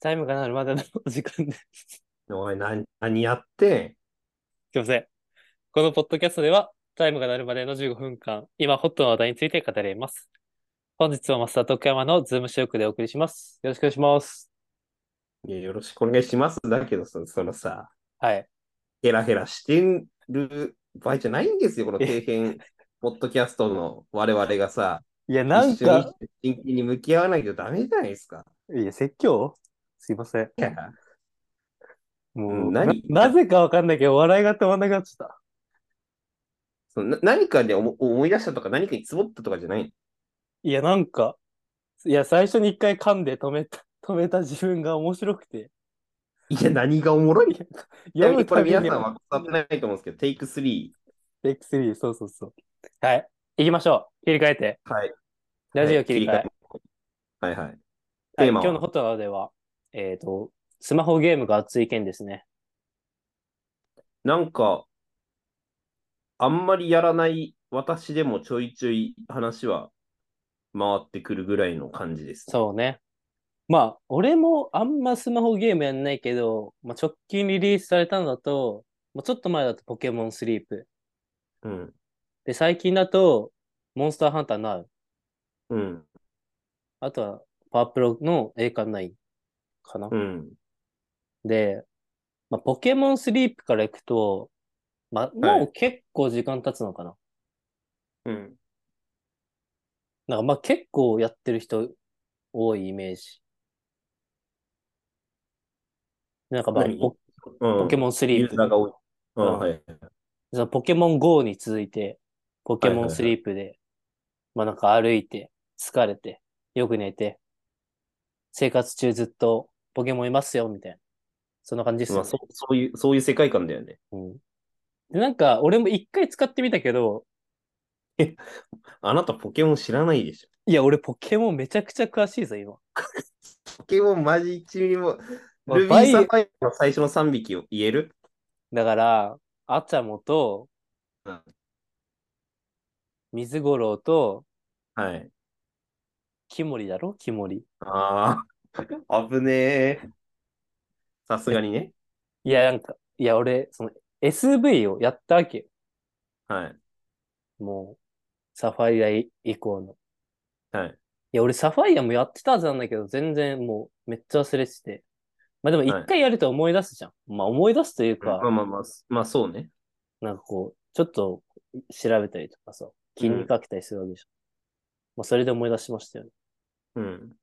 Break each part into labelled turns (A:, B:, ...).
A: タイムが鳴るまでのお時間です。
B: おい、何、何やって
A: すいません。このポッドキャストでは、タイムが鳴るまでの15分間、今ホットな話題について語ります。本日はマスター徳山のズーム収録でお送りします。よろしくお願いします。
B: んいやよろしくお願いします。だけどさ、そのさ、
A: はい。
B: ヘラヘラしてる場合じゃないんですよ、この底辺、ポッドキャストの我々がさ、
A: いや、
B: 一緒に、真剣に向き合わないとダメじゃないですか。
A: いや、説教すいません。
B: いや
A: もう、
B: うん
A: な
B: 何
A: なぜかわかんないけど、笑いが止まんなくなっちゃった。
B: そのな何かで思思い出したとか、何かにつぼったとかじゃない
A: いや、なんか、いや、最初に一回噛んで止めた、止めた自分が面白くて、
B: いや、何がおもろい
A: 読む
B: こ
A: た
B: れ
A: びに
B: 皆さんは伝わってないと思うんですけど、テイク3。
A: テイク3、そうそうそう。はい。行きましょう。切り替えて。
B: はい。
A: ラジオ切り替え。
B: はいはいはい。テ
A: はい、
B: ー
A: 今
B: マは
A: 日のホットワードでは、えっ、と、スマホゲームが熱い件ですね。
B: なんか、あんまりやらない私でもちょいちょい話は回ってくるぐらいの感じです。
A: そうね。まあ、俺もあんまスマホゲームやんないけど、まあ、直近リリースされたのだと、もうちょっと前だとポケモンスリープ。
B: うん。
A: で、最近だと、モンスターハンター NOW。
B: うん。
A: あとは、パワープロの栄冠ナインかな。
B: うん。
A: で、まあ、ポケモンスリープから行くと、まあ、
B: はい
A: もう結構時間経つのかな。
B: うん。
A: なんかまあ結構やってる人多いイメージ。なんかまあ
B: 何
A: ポ、
B: うん
A: ポケモンスリ
B: ユ
A: ー
B: ーザー
A: プ、
B: が多い。うん
A: うん
B: はい。
A: そのポケモン GO に続いて、ポケモンスリープで、まあなんか歩いて、疲れて、よく寝て、生活中ずっとポケモンいますよ、みたいな。そんな感じです
B: ま
A: よ
B: あ、
A: ね
B: そうそういう、そういう世界観だよね。
A: うん。で、なんか俺も一回使ってみたけど、
B: あなたポケモン知らないでしょ。
A: いや、俺ポケモンめちゃくちゃ詳しいぞ、今。
B: ポケモンマジ1ミリも。
A: まあ
B: ルビ
A: バイ
B: ーサファイアの最初の3匹を言える
A: だから、アチャモと
B: うん、
A: 水五郎と、
B: はい。
A: キモリだろキモリ。
B: ああ、 危ねえ。さすがにね。
A: いや、なんか、いや、俺、その SV をやったわけよ。
B: はい。
A: もう、サファイア以降の。
B: はい。
A: いや、俺サファイアもやってたはずなんだけど、全然もう、めっちゃ忘れてて。まあでも、
B: はい
A: 一回やると思い出すじゃん。まあ思い出すという
B: ま
A: か
B: あ、まあまあ、まあそうね。
A: なんかこう、ちょっと調べたりとかさ、気にかけたりするわけじゃん。まあそれで思い出しましたよね。
B: うん。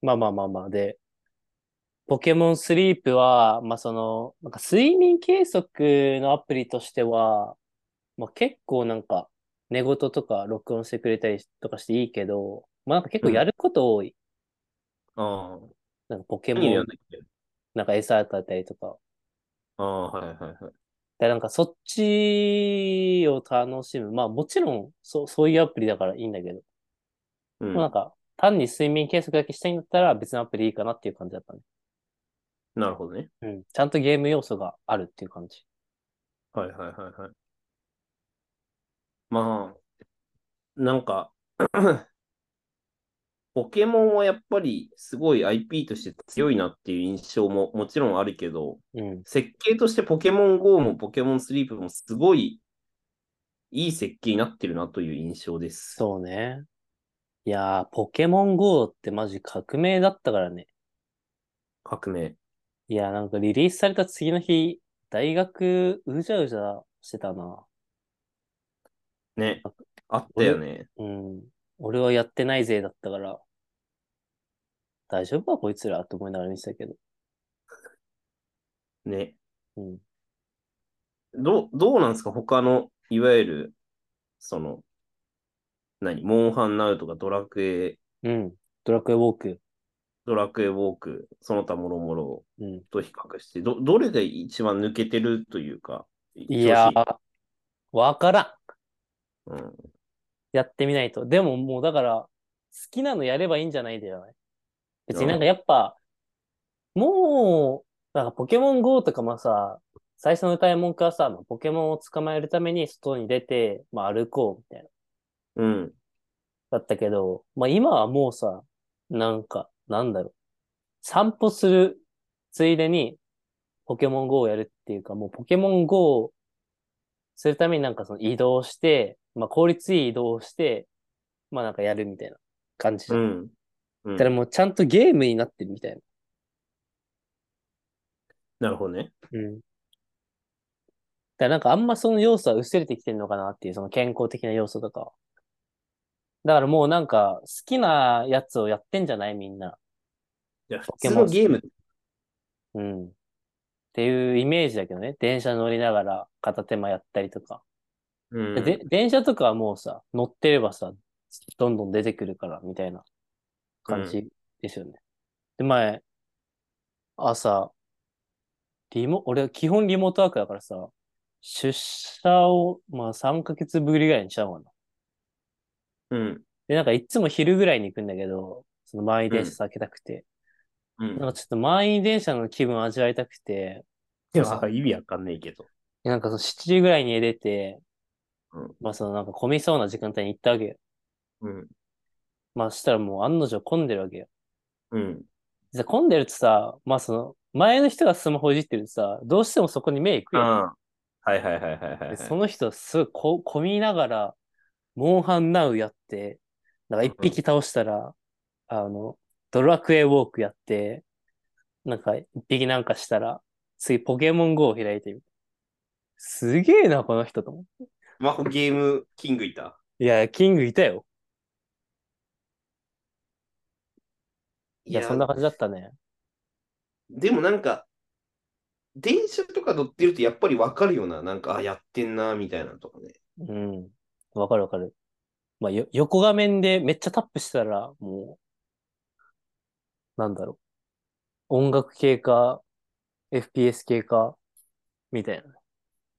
A: まあまあまあまあ。で、ポケモンスリープは、まあその、なんか睡眠計測のアプリとしては、まあ結構なんか寝言とか録音してくれたりとかしていいけど、まあなんか結構やること多い。
B: ああ。
A: なんかポケモ
B: 何をや
A: ン
B: ん、なきゃいけない
A: なんか餌与えたりとか。
B: ああ、はいはいはい。
A: で、なんかそっちを楽しむ。まあもちろん、そう、そういうアプリだからいいんだけど、
B: う
A: まあなん
B: ん、
A: か単に睡眠計測だけしたいんだったら別のアプリいいかなっていう感じだったね。
B: なるほどね。
A: うん。ちゃんとゲーム要素があるっていう感じ。
B: はいはいはいはい。まあ、なんか、 ポケモンはやっぱりすごい IP として強いなっていう印象ももちろんあるけど、
A: うん。
B: 設計としてポケモン GO もポケモンスリープもすごいいい設計になってるなという印象です。
A: そうね。いやー、ポケモン GO ってマジ革命だったからね。
B: 革命。
A: いやー、なんかリリースされた次の日、大学うじゃうじゃしてたな。
B: ね。あったよね。
A: うん。俺はやってないぜだったから、大丈夫かこいつらと思いながら見てたけど。
B: ね。
A: うん。
B: どう、どうなんですか他の、いわゆる、その、何モンハンナウとかドラクエ、
A: うん。ドラクエウォーク。
B: ドラクエウォーク、その他もろもろ
A: うん。
B: と比較して、ど、どれが一番抜けてるというか、
A: いや
B: 調子
A: ー、わからん。
B: うん、
A: やってみないと。でももうだから、好きなのやればいいんじゃないんだよね。別になんかやっぱ、もう、なんかポケモン GO とかもさ、最初の歌い文句はさ、まあポケモンを捕まえるために外に出て、まあ歩こうみたいな。
B: うん、
A: だったけど、まあ今はもうさ、なんか、なんだろ散歩するついでに、ポケモン GO をやるっていうか、もうポケモン GO をするためになんかその移動して、まあ効率いい移動をして、まあなんかやるみたいな感じじゃ。
B: うんん。うん
A: だからもうちゃんとゲームになってるみたいな。
B: なるほどね。
A: うん。だからなんかあんまその要素は薄れてきてるのかなっていう、その健康的な要素とかは。だからもうなんか好きなやつをやってんじゃないみんな。
B: いや、普
A: ケ
B: 通
A: モン
B: のゲーム、
A: うん。っていうイメージだけどね。電車乗りながら片手間やったりとか。
B: うん、
A: で、電車とかはもうさ、乗ってればさ、どんどん出てくるから、みたいな感じですよね。で、前、朝、リモ、俺は基本リモートワークだからさ、出社を、まあ3ヶ月ぶりぐらいにしたもんな。
B: うん。
A: で、なんかいつも昼ぐらいに行くんだけど、その満員電車避けたくて。
B: うん。
A: なんかちょっと満員電車の気分味わいたくて、
B: いや、意味わかんないけど。
A: でなんかその7時ぐらいに家出て、
B: うん
A: まあそのなんか混みそうな時間帯に行ったわけよ。
B: うん。
A: まあそしたらもう案の定混んでるわけよ。
B: うん。
A: で混んでるとさ、まあその、前の人がスマホいじってるとさ、どうしてもそこに目行くよ。
B: ああ。はいはいはいはいはいはい。
A: でその人すごいこ混みながら、モンハンナウやって、なんか一匹倒したら、あの、ドラクエウォークやって、なんか一匹なんかしたら、次ポケモン GO を開いてみる。すげえな、この人と思って
B: スマホゲームキングいた。
A: いや、キングいたよ。いや、そんな感じだったね。
B: でもなんか、電車とか乗ってるとやっぱりわかるよな。なんか、あ、やってんな、みたいなとかね。
A: うん。わかるわかる。まあ、よ、横画面でめっちゃタップしたら、もう、なんだろう。音楽系か、FPS 系か、みたいな。い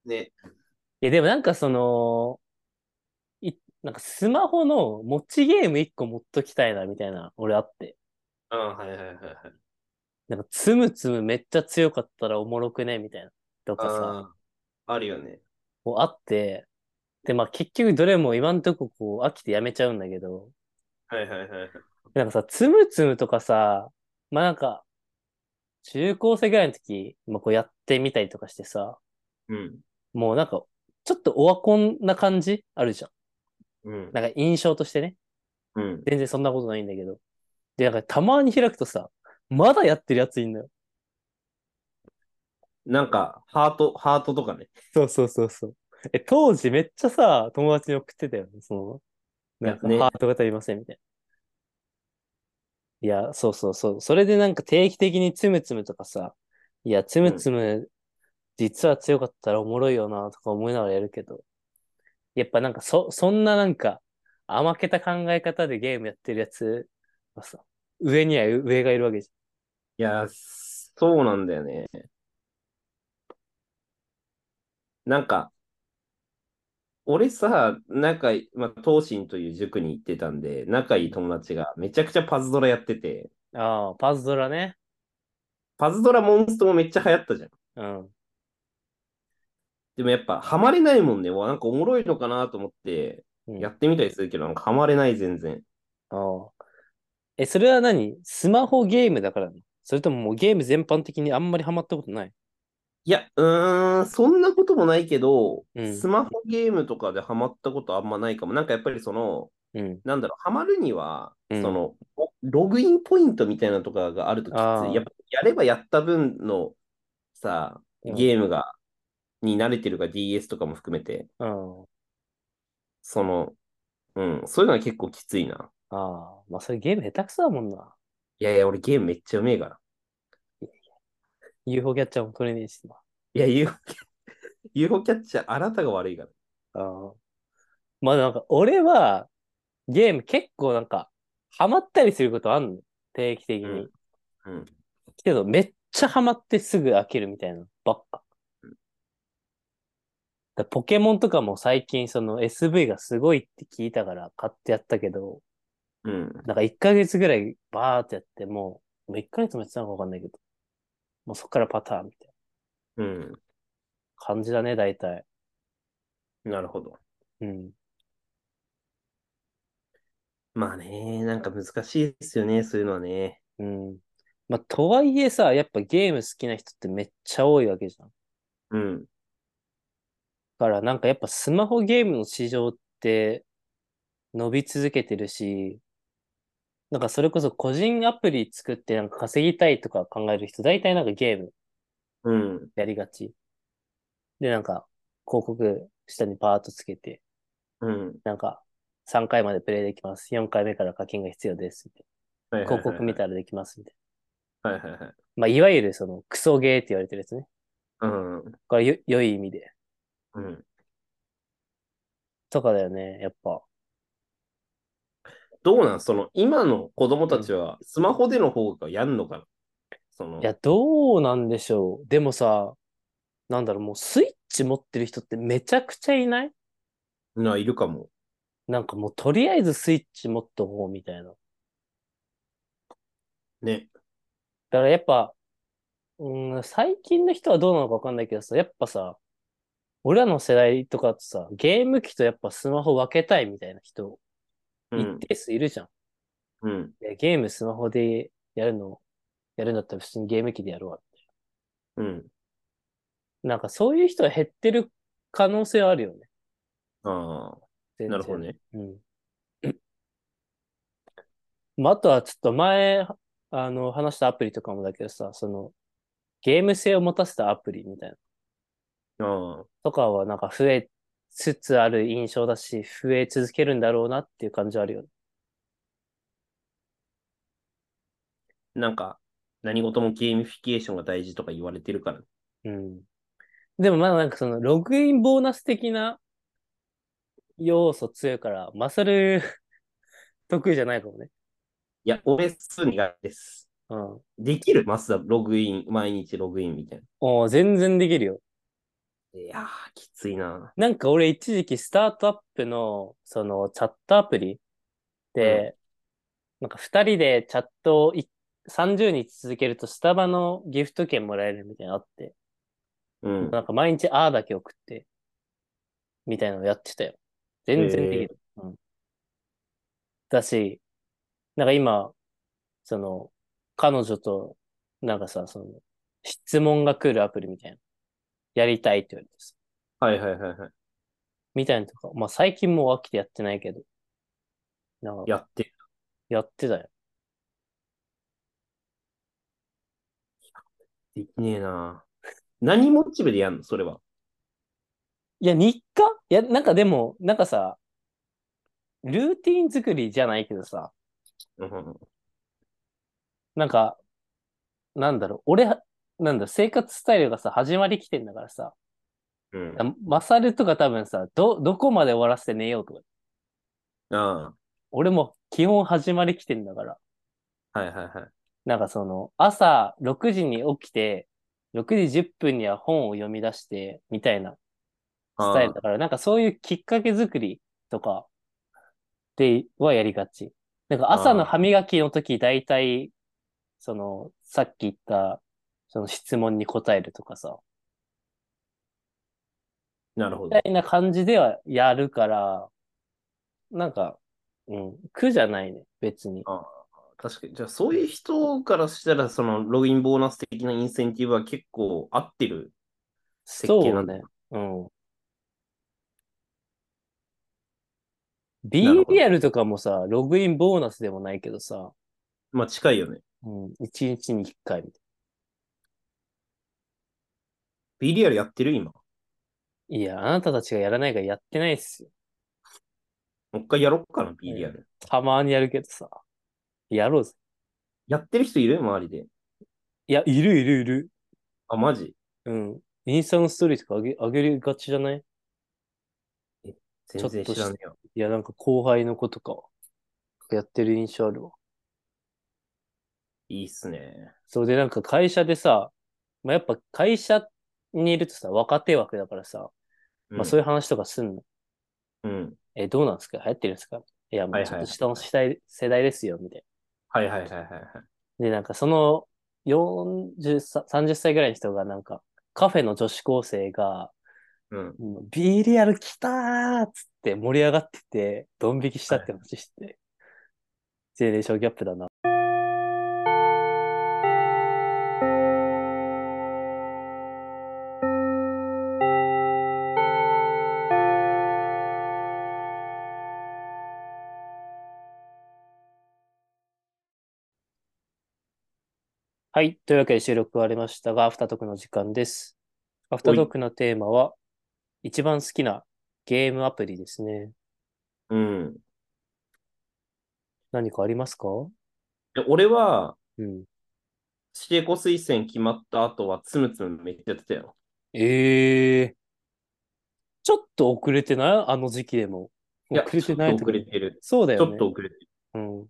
B: ね。
A: や、でもなんかその、い、なんかスマホの持ちゲーム一個持っときたいな、みたいな、俺あって。
B: ああ、はいはいはいはい。
A: なんか、つむつむめっちゃ強かったらおもろくね、みたいな。とかさ。
B: ああ、あるよね。
A: こうあって、で、まあ結局どれも今んとここう飽きてやめちゃうんだけど、
B: はいはいはいはい。
A: なんかさ、つむつむとかさ、まあなんか、中高生ぐらいの時、まあこうやってみたりとかしてさ、
B: うん。
A: もうなんか、ちょっとオワコンな感じあるじゃん。
B: うん。
A: なんか印象としてね。
B: うん。
A: 全然そんなことないんだけど。で、なんかたまに開くとさ、まだやってるやついんのよ。
B: なんか、ハート、ハートとかね。
A: そうそうそうそう。え、当時めっちゃさ、友達に送ってたよね。その、なんか、
B: ね
A: ハートが足りませんみたいな。いや、そうそうそう。それでなんか定期的につむつむとかさ、いや、つむつむ、実は強かったらおもろいよな、とか思いながらやるけど、やっぱなんか、そ、そんななんか、甘けた考え方でゲームやってるやつはさ、上には上がいるわけじ
B: いやー、そうなんだよね。なんか、俺さ、仲い、まあ、東進という塾に行ってたんで、仲いい友達がめちゃくちゃパズドラやってて、
A: ゃん。ああ、パズドラね。
B: パズドラモンストもめっちゃ流行ったじゃん。
A: うん。
B: でもやっぱ、ハマれないもんね。うわ、なんかおもろいのかなと思って、
A: うん、
B: やってみたりするけど、なんかハマれない全然。
A: ああ。え、それは何スマホゲームだからなのそれとももうゲーム全般的にあんまりハマったことない
B: いや、うーん、そんなこともないけど、
A: うん
B: スマホゲームとかでハマったことあんまないかも。なんかやっぱりその、
A: うん。
B: なんだろう、ハマるには、
A: うん
B: その、おログインポイントみたいなのとかがあるときつ
A: あー
B: い。やっぱやればやった分のさ、
A: うん
B: ゲームが、に慣れてるか DS とかも含めて、
A: うん。あ
B: その、うん、そういうのは結構きついな。
A: あ。まあそれゲーム下手くそだもんな。
B: いやいや、俺ゲームめっちゃうめえから。
A: UFO キャッチャーも取れねえしな。
B: いや、UFO キャ UFO キャッチャー、あなたが悪いから。
A: ああ。まあなんか俺はゲーム結構なんかハマったりすることあんのよ。定期的に。
B: うんうん。
A: けどめっちゃハマってすぐ飽きるみたいなのばっか。だポケモンとかも最近その SV がすごいって聞いたから買ってやったけど、
B: うん。
A: なんか1ヶ月ぐらいバーってやってもう、もう1ヶ月もやってたのかわかんないけど、もうそっからパターンみたいな
B: うん。
A: 感じだね、大体。
B: なるほど。
A: うん。
B: まあね、なんか難しいですよね、そういうのはね。
A: うん。まあ、とはいえさ、やっぱゲーム好きな人ってめっちゃ多いわけじゃん。だ
B: うん。
A: からなんかやっぱスマホゲームの市場って伸び続けてるし、なんかそれこそ個人アプリ作ってなんか稼ぎたいとか考える人、大体なんかゲーム
B: うん。
A: やりがち。で、なんか広告下にパーッとつけて、
B: うん。
A: なんか3回までプレイできます。4回目から課金が必要です。みたい
B: はい
A: な広告見
B: い
A: たらできます。みたい
B: な。はいはいはい。
A: な。まあ、いわゆるそのクソゲーって言われてるやつね。
B: うん。
A: これよ、良い意味で。
B: うん。
A: とかだよね、やっぱ。
B: どうなんその、今の子供たちは、スマホでの方がやんのかなその
A: い、や、どうなんでしょう。でもさ、なんだろう、もうスイッチ持ってる人ってめちゃくちゃいない
B: ないるかも。
A: なんかもうとりあえずスイッチ持っとこうみたいな。だ
B: ね。
A: からやっぱ、うん、最近の人はどうなのかわかんないけどさ、やっぱさ、俺らの世代とかってさ、ゲーム機とやっぱスマホ分けたいみたいな人、
B: う
A: 一
B: ん。
A: 定数いるじゃん。
B: うん。
A: いやゲームスマホでやるの、やるんだったら普通にゲーム機でやるわ。
B: うん。
A: なんかそういう人は減ってる可能性はあるよね。
B: ああ、
A: 全
B: な
A: 然
B: るほどね。
A: うん。まあ、あとはちょっと前、あの、話したアプリとかもだけどさ、その、ゲーム性を持たせたアプリみたいな、
B: ああ、
A: とかはなんか増えつつある印象だし、増え続けるんだろうなっていう感じはあるよね。
B: なんか、何事もゲーミフィケーションが大事とか言われてるから。
A: うん。でもまだなんかその、ログインボーナス的な要素強いから、マサル 得意じゃないかもね。
B: いや、俺、数苦手です。
A: うん。
B: できるマスダ、ログイン、毎日ログインみたい
A: おー全然できるよ。
B: な。いやー、きついな。
A: なんか俺一時期スタートアップの、そのチャットアプリで、なんか二人でチャットをい30日続けるとスタバのギフト券もらえるみたいなのあって、
B: うん。
A: なんか毎日あーだけ送って、みたいなのやってたよ。全然できる。うん。だし、なんか今、その、彼女と、なんかさ、その、質問が来るアプリみたいな、やりたいって言われてさ
B: はいはいはいはい。
A: みたいなのとか、まあ最近もう飽きてやってないけど、なんか
B: やってる。
A: やってたよ。
B: できねえな。何モチベでやんのそれは。
A: いや、日課いや、なんかでも、なんかさ、ルーティン作りじゃないけどさ、
B: うん。
A: なんか、なんだろう、俺、なんだ、生活スタイルがさ、始まりきてんだからさ、
B: うん。
A: マサルとか多分さ、ど、どこまで終わらせて寝ようとか、
B: あ
A: 俺も基本始まりきてんだから、
B: あ、はいはいはい。
A: なんかその、朝6時に起きて、6時10分には本を読み出して、みたいな
B: あ
A: スタイルだから、なんかそういうきっかけ作りとかではやりがち。なんか朝の歯磨きの時、大体、その、さっき言った、その質問に答えるとかさ、
B: なるほ
A: み
B: ど
A: た。いな感じではやるから、なんか、うん、苦じゃないね、別に。
B: 確かに。じゃあ、そういう人からしたら、その、ログインボーナス的なインセンティブは結構合ってる。設計
A: そ
B: な
A: うん
B: だ
A: ね。うん。
B: なる
A: B
B: ほど
A: リアルとかもさ、ログインボーナスでもないけどさ、
B: まあ、近いよね。
A: うん、1日に1回みたいな。
B: ビリアルやってる今。も
A: いや、あなたたちがやらないからやってないっすよ。
B: う一回やろっかな、ビリアル。
A: たまにやるけどさ。やろうぜ。
B: やってる人いる周りで。
A: いや、いるいるいる。
B: あ、マジ
A: うん。インスタのストーリーとかあげ、あげがちじゃない
B: 全然知らねえよ。
A: いや、なんか後輩の子とか、やってる印象あるわ。
B: いいっすね。
A: それでなんか会社でさ、まあ、やっぱ会社にいるとさ、若手枠だからさ、まあそうい
B: い
A: う話とかすんの。
B: うん。うん。
A: え、どうなんですか流行ってるんですかいや、も
B: は
A: う
B: い
A: ち
B: はい
A: ょっ
B: は
A: と
B: い
A: 下の世代世代ですよ、みたい
B: はいはいはいはいはい。
A: な。で、なんかその40さ、30歳ぐらいの人がなんか、カフェの女子高生が、
B: うん。
A: もうビリアル来たーっつって盛り上がってて、ドン引きしたって話してて。ジェネレーションギャップだな。はい。というわけで収録終わりましたが、アフタートークの時間です。アフタートークのテーマは、一番好きなゲームアプリですね。
B: うん。
A: 何かありますか
B: で俺は、
A: うん。
B: 指定校推薦決まった後は、つむつむめっちゃやってたよ。
A: ええちょっと遅れてないあの時期でも。
B: いや、
A: 遅れてない
B: ちょっと遅
A: 時に
B: れてる。
A: そうだ
B: ち
A: よ
B: ょ
A: ね
B: っ。と遅れてる
A: うん。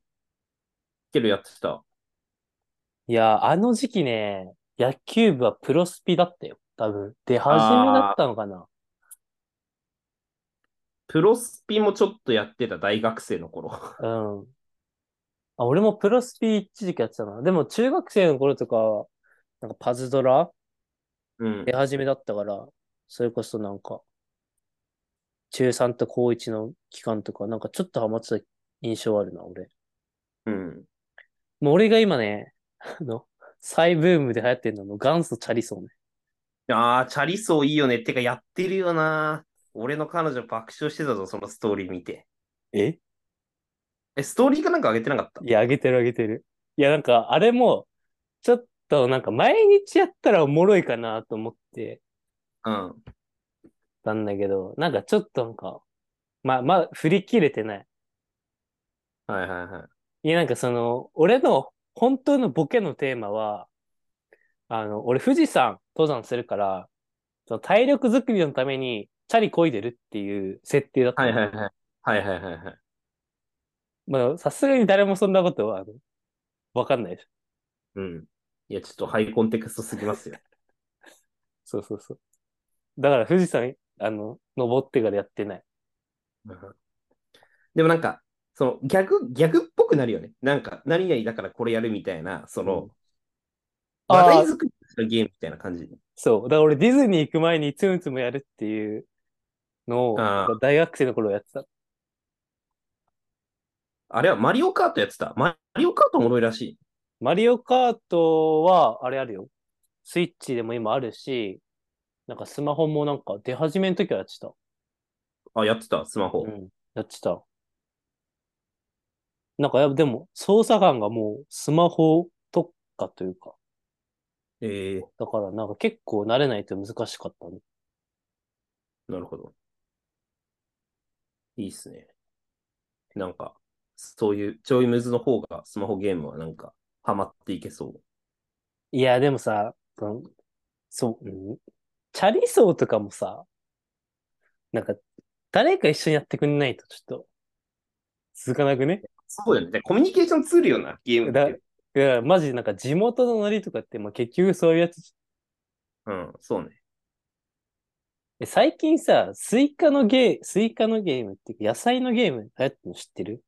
B: けどやってた。
A: いや、あの時期ね、野球部はプロスピだったよ。多分。出始めだったのかな。
B: プロスピもちょっとやってた、大学生の頃。
A: うん。あ、俺もプロスピ一時期やってたな。でも中学生の頃とかは、なんかパズドラ
B: うん
A: 出。始めだったから、それこそなんか、中3と高1の期間とか、なんかちょっとハマってた印象あるな、俺。
B: うん。
A: もう俺が今ね、あの、再ブームで流行ってるのも元祖チャリソーね。
B: ああ、チャリソーいいよね。てか、やってるよな。俺の彼女爆笑してたぞ、そのストーリー見て。
A: え
B: え、ストーリーかなんか上げてなかった
A: いや、あげてるあげてる。いや、なんか、あれも、ちょっとなんか毎日やったらおもろいかなと思って
B: うん。
A: たんだけど、なんかちょっとなんか、まあ、まあ、振り切れてない。
B: はいはいはい。
A: いや、なんかその、俺の本当のボケのテーマは、あの、俺富士山登山するから、その体力づくりのためにチャリ漕いでるっていう設定だった
B: は
A: の。
B: いはいはい。はいはいはいはい。
A: まあ、さすがに誰もそんなことは、あのわかんないです。
B: うん。いや、ちょっとハイコンテクストすぎますよ。
A: そうそうそう。だから富士山、あの、登ってからやってない。
B: でもなんか、そのギャグ、ギャグっぽくなるよね。なんか、何々だからこれやるみたいな、その、話題作りのゲームみたいな感じ。
A: そう。だから俺ディズニー行く前につむつむやるっていうのを、
B: あー
A: 大学生の頃やってた。
B: あれはマリオカートやってた。マリオカートおもろいらしい。
A: マリオカートは、あれあるよ。スイッチでも今あるし、なんかスマホもなんか出始めの時はやってた。
B: あ、やってた、スマホ。
A: ん。やってた。なんかやっぱでも、操作感がもうスマホ特化というか、
B: ええ
A: だからなんか結構慣れないと難しかったね。
B: なるほど。いいっすね。なんか、そういうちょいムズの方が、スマホゲームはなんか、ハマっていけそう。
A: いや、でもさ、そのそう、うんチャリ走とかもさ、なんか、誰か一緒にやってくんないとちょっと、続かなくね
B: そうよね。でコミュニケーションツールよな、ゲームって。
A: いや、マジなんか地元のノリとかって、まあ、結局そういうやつ。
B: うん、そうね。
A: え最近さ、スイカのゲー、スイカのゲームっていうか、野菜のゲーム流行ってるの知ってる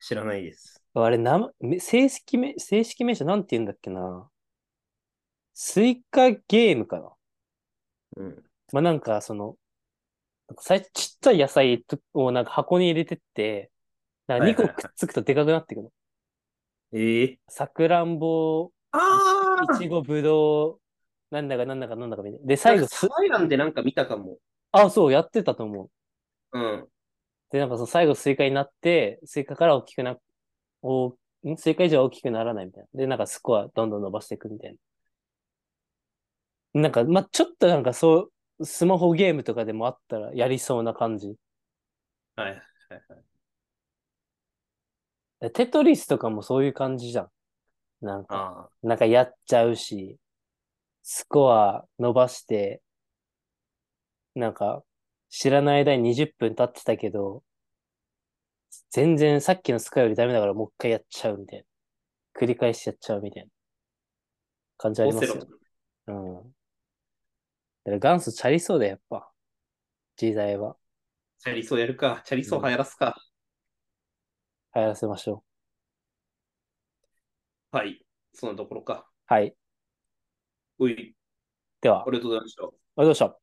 B: 知らないです。
A: あれ、名前め正式名、正式名称なんて言うんだっけな。スイカゲームかな。
B: うん。
A: まあ、なんか、その、なんか最初ちっちゃい野菜とをなんか箱に入れてって、なんか2個
B: はいはいはい
A: くっつくとでかくなっていくの。
B: ええ
A: さくらんぼ、
B: あ
A: いちご、ぶどう、なんだかなんだかなんだかみたいな。で、最後、
B: スライランでなんか見たかも。
A: あ、そう、やってたと思う。
B: うん。
A: で、なんかその最後スイカになって、スイカから大きくな、おんスイカ以上は大きくならないみたいな。で、なんかスコアどんどん伸ばしていくみたいな。なんか、まあ、ちょっとなんかそう、スマホゲームとかでもあったらやりそうな感じ。
B: はい。
A: でテトリスとかもそういう感じじゃん。なんか、
B: ああ。
A: なんかやっちゃうし、スコア伸ばして、なんか、知らない間に20分経ってたけど、全然さっきのスコアよりダメだからもう一回やっちゃうみたいな。繰り返しやっちゃうみたいな感じあり
B: オ
A: ま
B: セ
A: す
B: ロ
A: よ。。うん。だから元祖チャリそうだよ、やっぱ。時代は。
B: チャリソーやるか。チャリソー流行らすか。
A: 流行らせましょ
B: はい。そんなところか。
A: う。はい。
B: うい。
A: では、
B: ありがとうございました。
A: おどうした